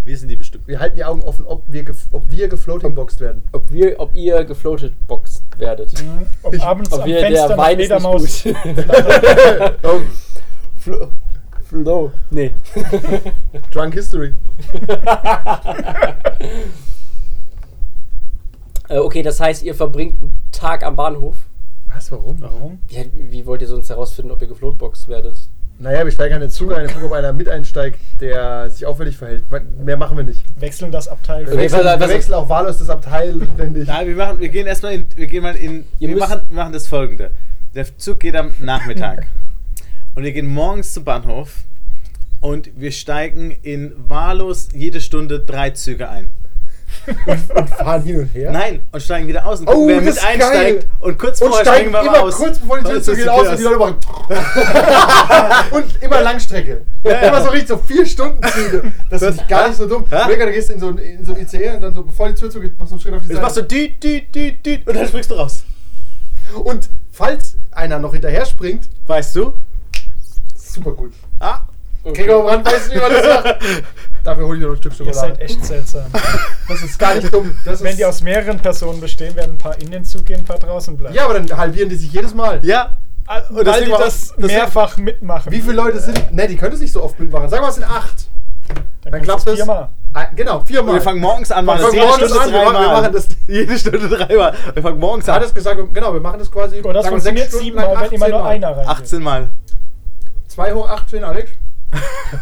[SPEAKER 5] Wir sind die bestimmt.
[SPEAKER 3] Wir halten die Augen offen, ob wir, gef- ob wir gefloatingboxt werden. <laughs>
[SPEAKER 2] Ob, wir, ob ihr gefloatet boxt werdet.
[SPEAKER 4] Mhm. Ob abends
[SPEAKER 2] Ob
[SPEAKER 4] am
[SPEAKER 2] ihr
[SPEAKER 4] Fenster
[SPEAKER 2] der
[SPEAKER 4] eine
[SPEAKER 2] Wein ist
[SPEAKER 4] Fledermaus.
[SPEAKER 2] nicht gut.
[SPEAKER 3] <laughs>
[SPEAKER 2] <laughs> Flo.
[SPEAKER 3] Oh,
[SPEAKER 2] Flo. Nee. <laughs>
[SPEAKER 3] Drunk History.
[SPEAKER 2] <laughs> Äh, okay, das heißt, ihr verbringt einen Tag am Bahnhof.
[SPEAKER 3] Was, warum?
[SPEAKER 4] Warum?
[SPEAKER 2] Ja, wie wollt ihr sonst herausfinden, ob ihr gefloatboxt werdet?
[SPEAKER 3] Naja, wir steigen an den Zug ein, gucken, ob einer mit einsteigt, der sich auffällig verhält. Ma- Mehr machen wir nicht.
[SPEAKER 4] <laughs> Wechseln das Abteil.
[SPEAKER 3] Wir
[SPEAKER 2] Okay,
[SPEAKER 3] wechseln,
[SPEAKER 2] pass auf,
[SPEAKER 3] wir
[SPEAKER 2] pass auf.
[SPEAKER 3] wechseln auch wahllos das Abteil ständig.
[SPEAKER 5] Nein, wir machen, wir gehen erstmal in, wir gehen mal in,
[SPEAKER 2] Ihr
[SPEAKER 5] wir
[SPEAKER 2] müsst-
[SPEAKER 5] machen, wir machen das folgende. Der Zug geht am
[SPEAKER 3] <laughs>
[SPEAKER 5] Nachmittag und wir gehen morgens zum Bahnhof und wir steigen in wahllos jede Stunde drei Züge ein.
[SPEAKER 3] Und fahren hin und her.
[SPEAKER 5] Nein, und steigen wieder aus und gucken,
[SPEAKER 3] Oh,
[SPEAKER 5] wer
[SPEAKER 3] das
[SPEAKER 5] mit
[SPEAKER 3] ist geil.
[SPEAKER 5] einsteigt und kurz
[SPEAKER 3] Und
[SPEAKER 5] vorher
[SPEAKER 3] steigen immer
[SPEAKER 5] steigen, wir mal aus.
[SPEAKER 3] kurz bevor die Tür
[SPEAKER 5] Weil es
[SPEAKER 3] zugeht
[SPEAKER 5] ist
[SPEAKER 3] aus
[SPEAKER 5] so
[SPEAKER 3] und die
[SPEAKER 5] krass.
[SPEAKER 3] Leute machen. <laughs> und immer Langstrecke. Immer so richtig so vier Stunden Züge. Das ist nicht gar nicht so dumm.
[SPEAKER 5] Ja?
[SPEAKER 3] Mega, du gehst in so ein, in so ein ICE und dann so, bevor die Tür zugeht, machst du einen Schritt auf die
[SPEAKER 5] Jetzt machst du
[SPEAKER 3] Seite.
[SPEAKER 5] düt, düt, düt, düt und dann springst du raus.
[SPEAKER 3] Und falls einer noch hinterher springt,
[SPEAKER 5] Weißt du?
[SPEAKER 3] super gut.
[SPEAKER 5] Ah,
[SPEAKER 3] Gregor Brandt weiß nicht, wie man das
[SPEAKER 5] <laughs>
[SPEAKER 3] macht. Dafür hol ich dir noch ein Stück
[SPEAKER 4] Ihr seid
[SPEAKER 3] Schokolade.
[SPEAKER 4] echt seltsam.
[SPEAKER 3] Das ist gar nicht dumm. Das
[SPEAKER 4] Wenn
[SPEAKER 3] ist
[SPEAKER 4] die aus mehreren Personen bestehen, werden ein paar in den Zug gehen, ein paar draußen bleiben.
[SPEAKER 3] ja, aber dann halbieren die sich jedes Mal.
[SPEAKER 5] ja.
[SPEAKER 4] und weil
[SPEAKER 5] deswegen
[SPEAKER 4] die
[SPEAKER 5] war-
[SPEAKER 4] das,
[SPEAKER 5] deswegen-
[SPEAKER 4] mehrfach mitmachen.
[SPEAKER 3] Wie viele Leute sind. Ne, die können es nicht so oft mitmachen. Sagen wir, es sind acht. Dann
[SPEAKER 4] kannst
[SPEAKER 3] klappt
[SPEAKER 4] du
[SPEAKER 3] es.
[SPEAKER 4] Viermal.
[SPEAKER 3] Ah, Genau, viermal.
[SPEAKER 5] Und wir fangen morgens an,
[SPEAKER 3] Wir
[SPEAKER 5] machen das
[SPEAKER 3] fangen
[SPEAKER 5] jede
[SPEAKER 3] morgens
[SPEAKER 5] Stunde
[SPEAKER 3] an, wir machen, wir
[SPEAKER 5] dreimal.
[SPEAKER 3] machen das.
[SPEAKER 5] Jede Stunde dreimal. Wir fangen morgens
[SPEAKER 3] Er hat
[SPEAKER 5] an.
[SPEAKER 3] es gesagt, wir- genau, wir machen das quasi.
[SPEAKER 4] Oder das
[SPEAKER 3] sagen wir, sechs Stunden
[SPEAKER 4] funktioniert siebenmal,
[SPEAKER 3] lang,
[SPEAKER 4] wenn immer
[SPEAKER 3] 18
[SPEAKER 4] nur
[SPEAKER 3] Mal.
[SPEAKER 4] einer reingeht.
[SPEAKER 5] 18 Mal.
[SPEAKER 3] 2 hoch 18, Alex. <laughs>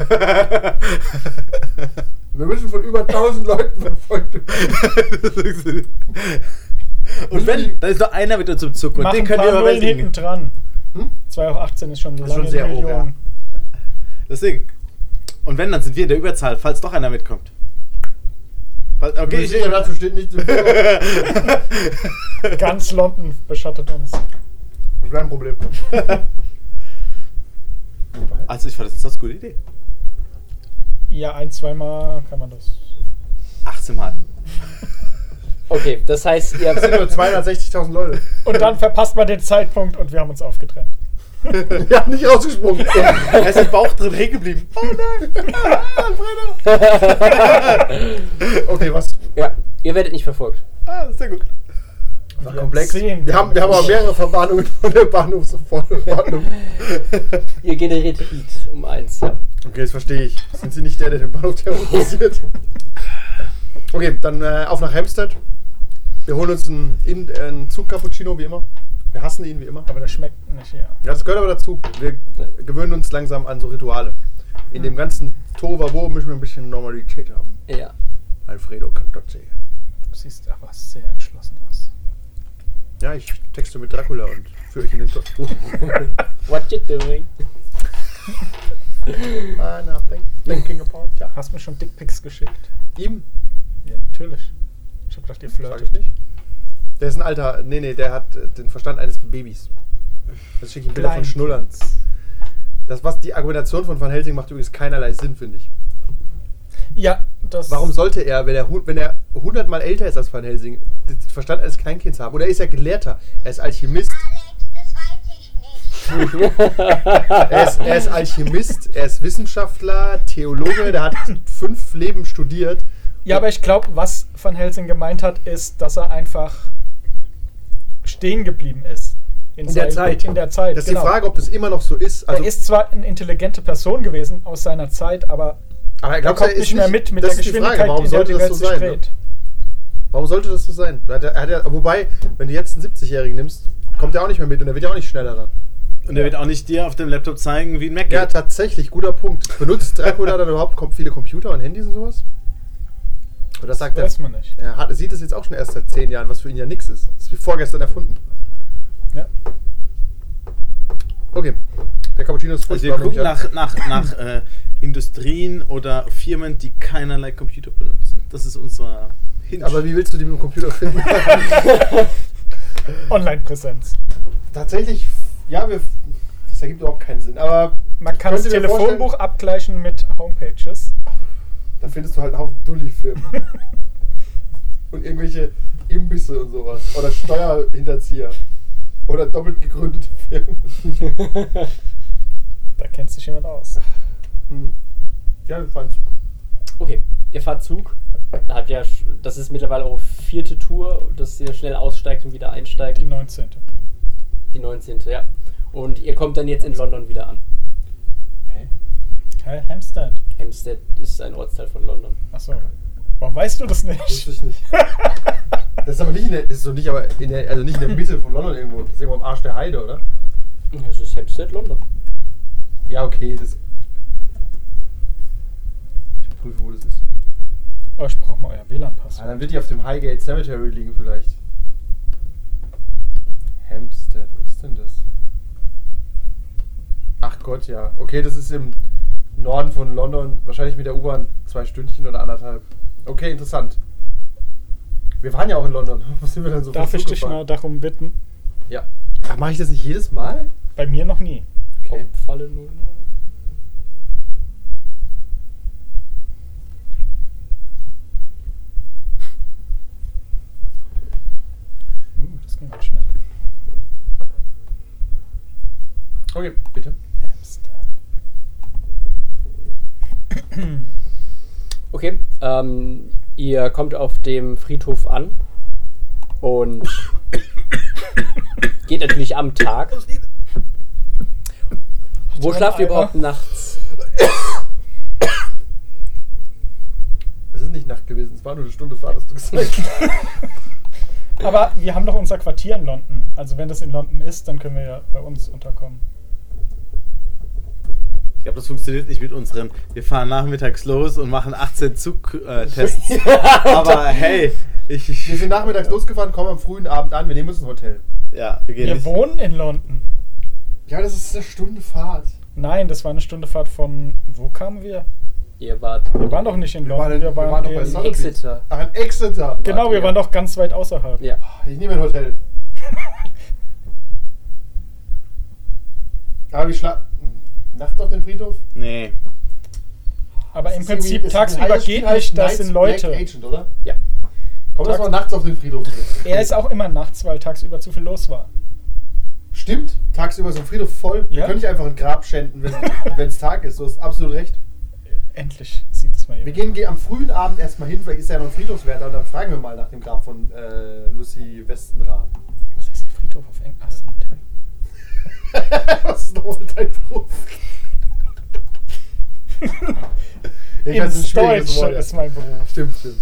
[SPEAKER 3] Wir müssen von über 1000 Leuten verfolgt werden.
[SPEAKER 5] Und wenn, dann ist noch einer wieder zum Zucker.
[SPEAKER 4] Mhm. Mach
[SPEAKER 5] Den
[SPEAKER 4] ein
[SPEAKER 5] könnt
[SPEAKER 4] paar
[SPEAKER 5] ihr
[SPEAKER 4] Nullen hinten
[SPEAKER 5] überwältigen.
[SPEAKER 4] dran.
[SPEAKER 6] Hm?
[SPEAKER 4] 2 auf 18 ist schon so
[SPEAKER 6] Das ist schon
[SPEAKER 4] lange
[SPEAKER 6] sehr hoch,
[SPEAKER 4] Millionen.
[SPEAKER 5] Deswegen. Und wenn, dann sind wir in der Überzahl, falls doch einer mitkommt. Falls, okay, ich,
[SPEAKER 3] ich dazu steht nichts im Buch.
[SPEAKER 4] Ganz London beschattet uns.
[SPEAKER 3] Kein Problem.
[SPEAKER 5] also ich fand das jetzt eine gute Idee.
[SPEAKER 4] Ja, ein, zweimal kann man das.
[SPEAKER 5] 18 Mal.
[SPEAKER 2] Okay, das heißt, ihr
[SPEAKER 3] Das sind <laughs> nur
[SPEAKER 2] habt.
[SPEAKER 3] 260.000 Also Leute.
[SPEAKER 4] Und dann verpasst man den Zeitpunkt und wir haben uns aufgetrennt.
[SPEAKER 3] <laughs> Ja, nicht <laughs> rausgesprungen.
[SPEAKER 5] Er ist im Bauch drin hängen geblieben. Oh nein.
[SPEAKER 3] Okay, was?
[SPEAKER 2] ja, ihr werdet nicht verfolgt.
[SPEAKER 5] Ah, sehr gut.
[SPEAKER 4] War komplex. Sehen.
[SPEAKER 3] Wir haben, wir haben aber mehrere Verwarnungen von der Bahnhofsverwarnung.
[SPEAKER 2] Ihr generiert Heat um eins, ja.
[SPEAKER 3] Okay, das verstehe ich. Sind Sie nicht der, der den Bahnhof terrorisiert? <laughs> Okay, dann äh, auf nach Hempstead. Wir holen uns einen, In- äh, einen Zug Cappuccino, wie immer. Wir hassen ihn, wie immer.
[SPEAKER 4] Aber das schmeckt nicht, ja.
[SPEAKER 3] Ja, das gehört aber dazu. Wir gewöhnen uns langsam an so Rituale. In dem ganzen Tovabo müssen wir ein bisschen Normalität haben.
[SPEAKER 2] Ja. <laughs>
[SPEAKER 3] Alfredo Cantozzi.
[SPEAKER 4] Du siehst aber sehr entschlossen aus.
[SPEAKER 3] Ja, ich texte mit Dracula und führe euch in den Tod. <laughs>
[SPEAKER 2] What you doing? <laughs>
[SPEAKER 3] Ah, nothing. Thinking about, ja.
[SPEAKER 4] Hast mir schon Dickpics geschickt?
[SPEAKER 3] Ihm?
[SPEAKER 4] Ja, natürlich. Ich hab gedacht, ihr
[SPEAKER 3] Sag ich
[SPEAKER 4] flirtet.
[SPEAKER 3] nicht. Der ist ein alter, nee, nee, der hat äh, den Verstand eines Babys. Das schicke ich Bilder von
[SPEAKER 4] Klein.
[SPEAKER 3] Schnullern. Das, was die Argumentation von Van Helsing macht, übrigens keinerlei Sinn, finde ich.
[SPEAKER 4] Ja, das.
[SPEAKER 3] Warum
[SPEAKER 4] <laughs>
[SPEAKER 3] sollte er, wenn er, hu- wenn er 100 Mal älter ist als Van Helsing, den Verstand eines Kleinkinds haben? Oder er ist er Gelehrter? Er ist
[SPEAKER 4] <laughs>
[SPEAKER 3] Alchemist.
[SPEAKER 7] Alex, das weiß ich nicht.
[SPEAKER 3] Er ist, er ist Alchemist, er ist Wissenschaftler, Theologe, der hat fünf Leben studiert.
[SPEAKER 4] Ja, aber ich glaube, was Van Helsing gemeint hat, ist, dass er einfach stehen geblieben ist.
[SPEAKER 3] In der
[SPEAKER 4] seinem-
[SPEAKER 3] Zeit.
[SPEAKER 4] In der Zeit.
[SPEAKER 3] Das ist
[SPEAKER 4] genau.
[SPEAKER 3] die Frage, ob das immer noch so ist. Also,
[SPEAKER 4] er ist zwar eine intelligente Person gewesen aus seiner Zeit, aber
[SPEAKER 3] aber
[SPEAKER 4] er
[SPEAKER 3] glaubst du,
[SPEAKER 4] kommt nicht mehr mit mit
[SPEAKER 3] das
[SPEAKER 4] der
[SPEAKER 3] ist die
[SPEAKER 4] Geschwindigkeit,
[SPEAKER 3] Frage, warum
[SPEAKER 4] in der
[SPEAKER 3] sollte
[SPEAKER 4] die
[SPEAKER 3] das
[SPEAKER 4] Welt
[SPEAKER 3] so
[SPEAKER 4] sich
[SPEAKER 3] sein? ne?
[SPEAKER 4] dreht.
[SPEAKER 3] Warum sollte das so sein? Da Hat er, hat er, wobei, wenn du jetzt einen 70-Jährigen nimmst, kommt er auch nicht mehr mit und er wird ja auch nicht schneller dann.
[SPEAKER 5] Und er wird auch nicht dir auf dem Laptop zeigen, wie ein Mac
[SPEAKER 3] Ja,
[SPEAKER 5] geht.
[SPEAKER 3] tatsächlich, guter Punkt. Benutzt Dracula dann überhaupt kom- viele Computer und Handys und sowas? Oder sagt er,
[SPEAKER 4] Weiß man nicht.
[SPEAKER 3] er hat, sieht es jetzt auch schon erst seit 10 Jahren, was für ihn ja nichts ist. Das ist wie vorgestern erfunden. ne?
[SPEAKER 4] Ja.
[SPEAKER 3] Okay, der Cappuccino ist voll.
[SPEAKER 5] Also wir gucken nach, nach, nach äh, Industrien oder Firmen, die keinerlei Computer benutzen. Das ist unser Hinge.
[SPEAKER 3] Aber wie willst du die mit dem Computer <laughs>
[SPEAKER 5] <laughs>
[SPEAKER 3] finden?
[SPEAKER 4] Online-Präsenz.
[SPEAKER 3] tatsächlich, ja, wir, das ergibt überhaupt keinen Sinn. Aber
[SPEAKER 4] Man
[SPEAKER 3] ich
[SPEAKER 4] kann das
[SPEAKER 3] könnte mir
[SPEAKER 4] Telefonbuch
[SPEAKER 3] vorstellen,
[SPEAKER 4] abgleichen mit Homepages. <laughs>
[SPEAKER 3] Da findest du halt einen Haufen Dulli-Firmen. und irgendwelche Imbisse und sowas. Oder Steuerhinterzieher. Oder doppelt gegründete Firmen.
[SPEAKER 4] Da kennt sich jemand aus.
[SPEAKER 3] Hm. Ja, wir fahren Zug.
[SPEAKER 2] Okay, ihr fahrt Zug. Da habt ihr, ja sch- das ist mittlerweile eure vierte Tour, dass ihr schnell aussteigt und wieder einsteigt.
[SPEAKER 4] Die 19.
[SPEAKER 2] Die 19. Ja. Und ihr kommt dann jetzt in London wieder an.
[SPEAKER 4] Hä? Hampstead.
[SPEAKER 2] Hampstead ist ein Ortsteil von London.
[SPEAKER 4] Achso. Warum weißt du das nicht?
[SPEAKER 3] Wusste ich nicht. Das ist aber nicht in der, das ist doch nicht, aber in der, also nicht in der Mitte von London irgendwo. Das ist irgendwo am Arsch der Heide, oder?
[SPEAKER 2] Ja, es ist Hampstead, London.
[SPEAKER 3] Ja, okay, das. Ich prüfe, wo das ist.
[SPEAKER 4] Oh, ich brauche mal euer WLAN-Pass.
[SPEAKER 3] Ah, dann wird die auf dem Highgate Cemetery liegen vielleicht. Hampstead, wo ist denn das? Ach Gott, ja. Okay, das ist im Norden von London. Wahrscheinlich mit der U-Bahn zwei Stündchen oder anderthalb. Okay, interessant. Wir waren ja auch in London. <laughs> Wo sind wir denn so viel
[SPEAKER 4] Darf ich
[SPEAKER 3] Zug
[SPEAKER 4] dich mal
[SPEAKER 3] gefahren?
[SPEAKER 4] darum bitten?
[SPEAKER 3] Ja. Mache ich das nicht jedes Mal?
[SPEAKER 4] Bei mir noch nie.
[SPEAKER 3] Okay.
[SPEAKER 2] Falle 00.
[SPEAKER 4] Hm, das ging ganz schnell.
[SPEAKER 3] Okay, bitte.
[SPEAKER 4] Hampstead.
[SPEAKER 2] Okay, ähm, ihr kommt auf dem Friedhof an und geht natürlich am Tag. Wo
[SPEAKER 4] Hat
[SPEAKER 2] schlaft ihr
[SPEAKER 4] jemand
[SPEAKER 2] überhaupt
[SPEAKER 4] Eimer?
[SPEAKER 2] nachts?
[SPEAKER 3] Es ist nicht Nacht gewesen. Es war nur eine Stunde Fahrt, hast du gesagt.
[SPEAKER 4] <laughs> Aber wir haben doch unser Quartier in London. Also wenn das in London ist, dann können wir ja bei uns unterkommen.
[SPEAKER 3] ich
[SPEAKER 5] glaube, das funktioniert nicht mit unseren. Wir fahren nachmittags los und machen
[SPEAKER 2] <laughs>
[SPEAKER 5] 18 Zugtests. Aber hey, ich.
[SPEAKER 3] Wir sind nachmittags losgefahren, kommen am frühen Abend an, wir nehmen uns ein Hotel.
[SPEAKER 5] Ja, wir gehen
[SPEAKER 4] Wir
[SPEAKER 5] nicht.
[SPEAKER 4] wohnen in London.
[SPEAKER 3] Ja, das ist eine Stunde Fahrt.
[SPEAKER 4] Nein, das war eine Stunde Fahrt von. Wo kamen wir?
[SPEAKER 2] Ihr wart.
[SPEAKER 4] Wir waren doch nicht in
[SPEAKER 3] Wir waren,
[SPEAKER 4] London.
[SPEAKER 3] wir waren doch bei
[SPEAKER 4] in-
[SPEAKER 2] Sun-
[SPEAKER 3] Sotheby's.
[SPEAKER 2] Exeter.
[SPEAKER 3] Ach, in Exeter.
[SPEAKER 4] Genau, wir
[SPEAKER 2] Ja.
[SPEAKER 4] waren doch ganz weit außerhalb.
[SPEAKER 2] Ja.
[SPEAKER 3] Ich nehme ein
[SPEAKER 4] <laughs>
[SPEAKER 3] Hotel. Aber ich schla... Nachts auf den Friedhof?
[SPEAKER 5] Nee.
[SPEAKER 4] Aber
[SPEAKER 3] Das
[SPEAKER 4] im
[SPEAKER 3] ist irgendwie-
[SPEAKER 4] Prinzip
[SPEAKER 3] das ist ein
[SPEAKER 4] tagsüber
[SPEAKER 3] Heiliges
[SPEAKER 4] geht
[SPEAKER 3] Spiel,
[SPEAKER 4] nicht, das
[SPEAKER 3] Knights
[SPEAKER 4] sind
[SPEAKER 3] Black
[SPEAKER 4] Leute.
[SPEAKER 3] Agent, oder?
[SPEAKER 2] Ja.
[SPEAKER 3] Komm, das mal
[SPEAKER 4] Tags-
[SPEAKER 3] nachts auf den Friedhof.
[SPEAKER 4] Er ist auch immer nachts, weil tagsüber zu viel los war.
[SPEAKER 3] Stimmt, tagsüber ist ein Friedhof voll. Wir
[SPEAKER 4] Ja.
[SPEAKER 3] können nicht einfach ein Grab schänden, wenn <laughs> es Tag ist. Du hast absolut recht.
[SPEAKER 4] Endlich sieht es mal
[SPEAKER 3] Wir
[SPEAKER 4] jemand.
[SPEAKER 3] gehen ge- am frühen Abend erstmal hin, vielleicht ist ja noch ein Friedhofswärter und dann fragen wir mal nach dem Grab von äh, Lucy Westenra.
[SPEAKER 4] Was heißt ein Friedhof auf Englisch? Ach, Cemetery.
[SPEAKER 3] Was ist nochmal dein Beruf? Ich
[SPEAKER 4] <laughs>
[SPEAKER 3] weiß, es ist
[SPEAKER 4] Ins
[SPEAKER 3] ein schwieriges
[SPEAKER 4] Deutsche
[SPEAKER 3] Wort, ja.
[SPEAKER 4] ist mein Beruf.
[SPEAKER 3] Stimmt, stimmt.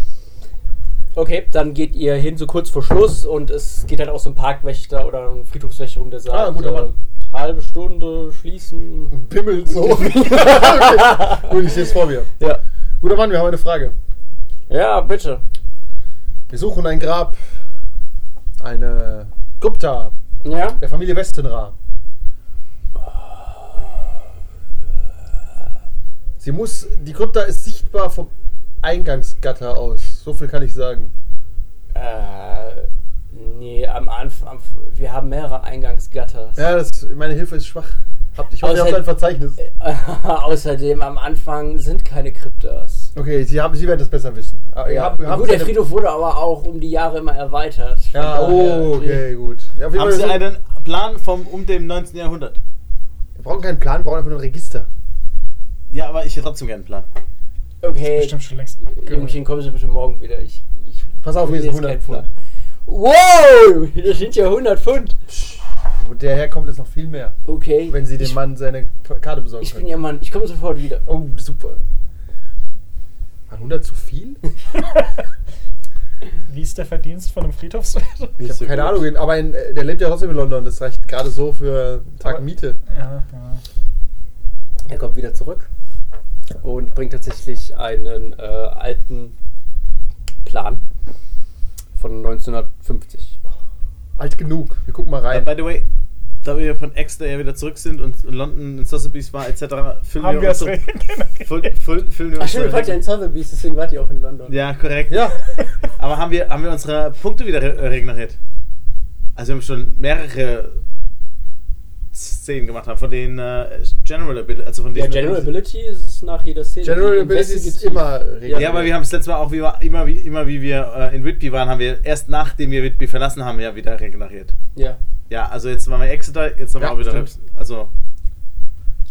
[SPEAKER 2] Okay, dann geht ihr hin, so kurz vor Schluss, und es geht dann auch so ein Parkwächter oder ein Friedhofswächter rum, der sagt:
[SPEAKER 3] Ah, guter Mann. Mhm.
[SPEAKER 2] äh, halbe Stunde schließen.
[SPEAKER 3] Pimmel so. okay. Gut, ich sehe es vor mir.
[SPEAKER 2] Ja.
[SPEAKER 3] Guter Mann, wir haben eine Frage.
[SPEAKER 2] Ja, bitte.
[SPEAKER 3] Wir suchen ein Grab. Eine Gupta
[SPEAKER 2] Ja?
[SPEAKER 3] der Familie Westenra. Sie muss. Die Krypta ist sichtbar vom Eingangsgatter aus. So viel kann ich sagen.
[SPEAKER 2] Äh, nee, am Anfang. am- Wir haben mehrere Eingangsgatter.
[SPEAKER 3] Ja, das, meine Hilfe ist schwach. Habt, ich hoffe,
[SPEAKER 2] Aber
[SPEAKER 3] ihr
[SPEAKER 2] es
[SPEAKER 3] habt ein
[SPEAKER 2] hält-
[SPEAKER 3] Verzeichnis.
[SPEAKER 2] <laughs> Außerdem, am Anfang sind keine Kryptas.
[SPEAKER 3] Okay, Sie, haben, Sie werden das besser wissen. Aber ihr habt- ihr habt
[SPEAKER 2] Gut, der
[SPEAKER 3] eine-
[SPEAKER 2] Friedhof wurde aber auch um die Jahre immer erweitert. Von
[SPEAKER 3] Ja,
[SPEAKER 2] daher-
[SPEAKER 3] oh, okay, gut. Ja, auf jeden
[SPEAKER 5] Haben
[SPEAKER 3] Fall-
[SPEAKER 5] Sie einen Plan vom um dem 19. Jahrhundert?
[SPEAKER 3] wir brauchen keinen Plan, wir brauchen einfach nur ein Register.
[SPEAKER 5] Ja, aber ich hätte trotzdem gerne einen Plan.
[SPEAKER 3] Äh,
[SPEAKER 2] Okay,
[SPEAKER 4] Bestimmt schon längst.
[SPEAKER 3] genau.
[SPEAKER 2] Jungchen, kommen Sie bitte morgen wieder. Ich, ich
[SPEAKER 3] Pass auf,
[SPEAKER 2] will
[SPEAKER 3] hier
[SPEAKER 2] jetzt
[SPEAKER 3] sind 100
[SPEAKER 2] keinen
[SPEAKER 3] Pfund.
[SPEAKER 2] Plan. Wow, <laughs> das sind ja 100 Pfund.
[SPEAKER 3] Wo der herkommt, ist noch viel mehr.
[SPEAKER 2] Okay.
[SPEAKER 3] Wenn Sie dem
[SPEAKER 2] ich,
[SPEAKER 3] Mann seine K- Karte besorgen
[SPEAKER 2] Ich bin
[SPEAKER 3] können.
[SPEAKER 2] Ihr Mann, ich komme sofort wieder.
[SPEAKER 3] Oh, super. Waren 100 zu viel?
[SPEAKER 4] Wie ist der Verdienst von einem Friedhofswärter?
[SPEAKER 3] Ich
[SPEAKER 5] Nicht
[SPEAKER 3] habe
[SPEAKER 5] so
[SPEAKER 3] keine
[SPEAKER 5] gut.
[SPEAKER 3] Ahnung, wen- aber ein, äh, der lebt ja trotzdem in London. Das reicht gerade so für einen Tag
[SPEAKER 4] Aber-
[SPEAKER 3] Miete.
[SPEAKER 4] Ja, ja.
[SPEAKER 2] Er kommt wieder zurück und bringt tatsächlich einen äh, alten Plan von 1950.
[SPEAKER 3] Alt genug. Wir gucken mal
[SPEAKER 5] Äh,
[SPEAKER 3] rein.
[SPEAKER 5] by the way, da wir von Exeter ja wieder zurück sind und London in Sotheby's war etc., füllen
[SPEAKER 4] Haben wir es
[SPEAKER 5] unsere-
[SPEAKER 4] <laughs>
[SPEAKER 5] Füllen, füllen, füllen wir
[SPEAKER 2] Ach stimmt, ihr
[SPEAKER 5] unsere-
[SPEAKER 2] wart ja in Sotheby's, deswegen wart ihr auch in London.
[SPEAKER 5] Ja, korrekt. <laughs>
[SPEAKER 3] Ja.
[SPEAKER 5] Aber haben wir, haben wir unsere Punkte wieder re- äh, regeneriert? Also wir haben schon mehrere Szenen gemacht, haben von den äh, General Ability, also von
[SPEAKER 2] Ja,
[SPEAKER 5] den
[SPEAKER 2] General Ability ist es nach jeder Szene.
[SPEAKER 3] General Ability ist
[SPEAKER 2] Investigativ.
[SPEAKER 3] immer regelmäßig.
[SPEAKER 5] Ja, aber wir haben das letzte Mal auch, wie wir, immer, wie, immer wie wir äh, in Whitby waren, haben wir erst nachdem wir Whitby verlassen haben, ja wieder regeneriert.
[SPEAKER 2] Ja.
[SPEAKER 5] Ja, also jetzt waren wir Exeter, jetzt haben
[SPEAKER 3] Ja,
[SPEAKER 5] wir auch wieder...
[SPEAKER 3] stimmt.
[SPEAKER 5] Reps- Also,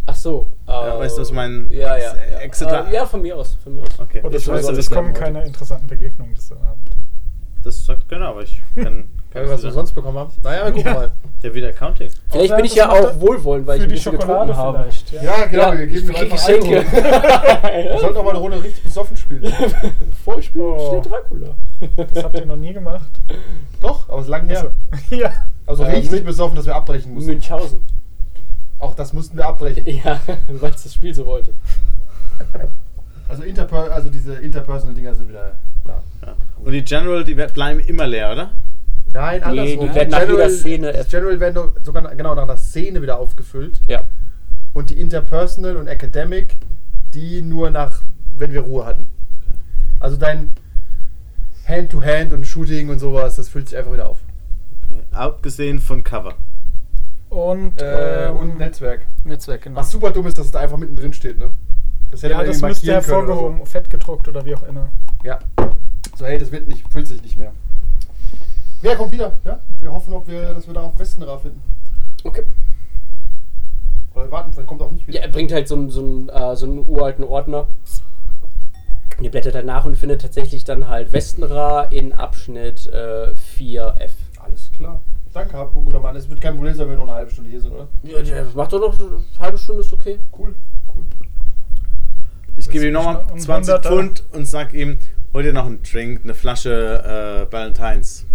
[SPEAKER 2] Ach so.
[SPEAKER 5] Ja,
[SPEAKER 2] äh,
[SPEAKER 5] weißt du, was mein-
[SPEAKER 2] Ja, ja. ja.
[SPEAKER 5] Exeter-
[SPEAKER 2] Äh, ja, von mir aus. Von mir aus. <laughs>
[SPEAKER 5] okay.
[SPEAKER 4] Oder
[SPEAKER 5] Ich
[SPEAKER 4] ich
[SPEAKER 5] weiß,
[SPEAKER 4] weiß,
[SPEAKER 5] das
[SPEAKER 4] Oh, es
[SPEAKER 5] bleiben
[SPEAKER 4] kommen
[SPEAKER 5] heute.
[SPEAKER 4] keine interessanten Begegnungen des Abends.
[SPEAKER 5] Das sagt keiner, aber ich kann...
[SPEAKER 3] Weil wir was wir sonst bekommen haben. Naja, wir gucken
[SPEAKER 4] Ja.
[SPEAKER 3] mal.
[SPEAKER 5] Ja, wieder Accounting.
[SPEAKER 2] Vielleicht bin ich
[SPEAKER 4] das
[SPEAKER 2] ja
[SPEAKER 4] macht
[SPEAKER 2] auch
[SPEAKER 4] er-
[SPEAKER 2] wohlwollend, weil ich
[SPEAKER 4] Für
[SPEAKER 2] ein
[SPEAKER 4] die
[SPEAKER 2] bisschen
[SPEAKER 4] Schokolade
[SPEAKER 2] getrunken habe.
[SPEAKER 4] vielleicht. Ja.
[SPEAKER 3] Ja, genau.
[SPEAKER 2] Ja,
[SPEAKER 3] wir geben
[SPEAKER 2] ich
[SPEAKER 3] mir
[SPEAKER 2] krieg
[SPEAKER 3] einfach
[SPEAKER 2] Geschenke.
[SPEAKER 3] Alkohol. <laughs> Wir sollten auch mal eine Runde richtig besoffen spielen.
[SPEAKER 2] Vorspiel
[SPEAKER 4] Oh.
[SPEAKER 2] steht Dracula.
[SPEAKER 4] Das habt ihr noch nie gemacht.
[SPEAKER 3] Doch, aber es ist lang her.
[SPEAKER 4] ja.
[SPEAKER 3] Also
[SPEAKER 2] Äh,
[SPEAKER 3] richtig
[SPEAKER 2] Mün-
[SPEAKER 3] besoffen, dass wir abbrechen mussten.
[SPEAKER 2] Münchhausen. <laughs>
[SPEAKER 3] Auch das mussten wir abbrechen.
[SPEAKER 2] Ja, weil es das Spiel so wollte.
[SPEAKER 3] Also, interper also diese Interpersonal-Dinger sind wieder da.
[SPEAKER 5] Ja. Und die General, die wer- bleiben immer leer, oder?
[SPEAKER 3] Nein, andersrum.
[SPEAKER 2] die werden nach jeder Szene
[SPEAKER 3] Die General werden doch sogar na- genau nach einer Szene wieder aufgefüllt.
[SPEAKER 2] Ja.
[SPEAKER 3] Und die Interpersonal und Academic, die nur nach, wenn wir Ruhe hatten. Also dein Hand-to-Hand und Shooting und sowas, das füllt sich einfach wieder auf.
[SPEAKER 5] Abgesehen von Cover.
[SPEAKER 4] Und, ähm,
[SPEAKER 3] Äh, Netzwerk.
[SPEAKER 4] Netzwerk, genau.
[SPEAKER 3] Was super dumm ist, dass es da einfach mittendrin steht, ne? Das hätte
[SPEAKER 4] ja,
[SPEAKER 3] man
[SPEAKER 4] das
[SPEAKER 3] irgendwie
[SPEAKER 4] müsste
[SPEAKER 3] markieren können oder
[SPEAKER 4] hervorgehoben, fett gedruckt oder wie auch immer.
[SPEAKER 3] So. Ja. So, hey, das wird nicht, füllt sich nicht mehr. Wer kommt wieder? Ja? Wir hoffen, ob wir, dass wir da auf Westenra finden.
[SPEAKER 2] Okay.
[SPEAKER 3] Oder wir warten, vielleicht kommt er auch nicht wieder.
[SPEAKER 2] Ja, er bringt halt so, einen- so, einen, äh, so einen uralten Ordner. Und ihr blättert danach und findet tatsächlich dann halt Westenra in Abschnitt äh, 4F.
[SPEAKER 3] Alles klar. Danke, Herr guter Mann. Es wird kein Problem sein, wenn wir noch eine halbe Stunde hier sind, oder?
[SPEAKER 2] Ja, ja, macht doch noch eine halbe Stunde, ist okay.
[SPEAKER 3] Cool, cool.
[SPEAKER 5] Ich gebe ihm
[SPEAKER 4] ist
[SPEAKER 5] nochmal
[SPEAKER 4] ein
[SPEAKER 5] 20
[SPEAKER 4] Hunderter.
[SPEAKER 5] Pfund und sag ihm, hol dir noch einen Drink, eine Flasche äh, Valentines.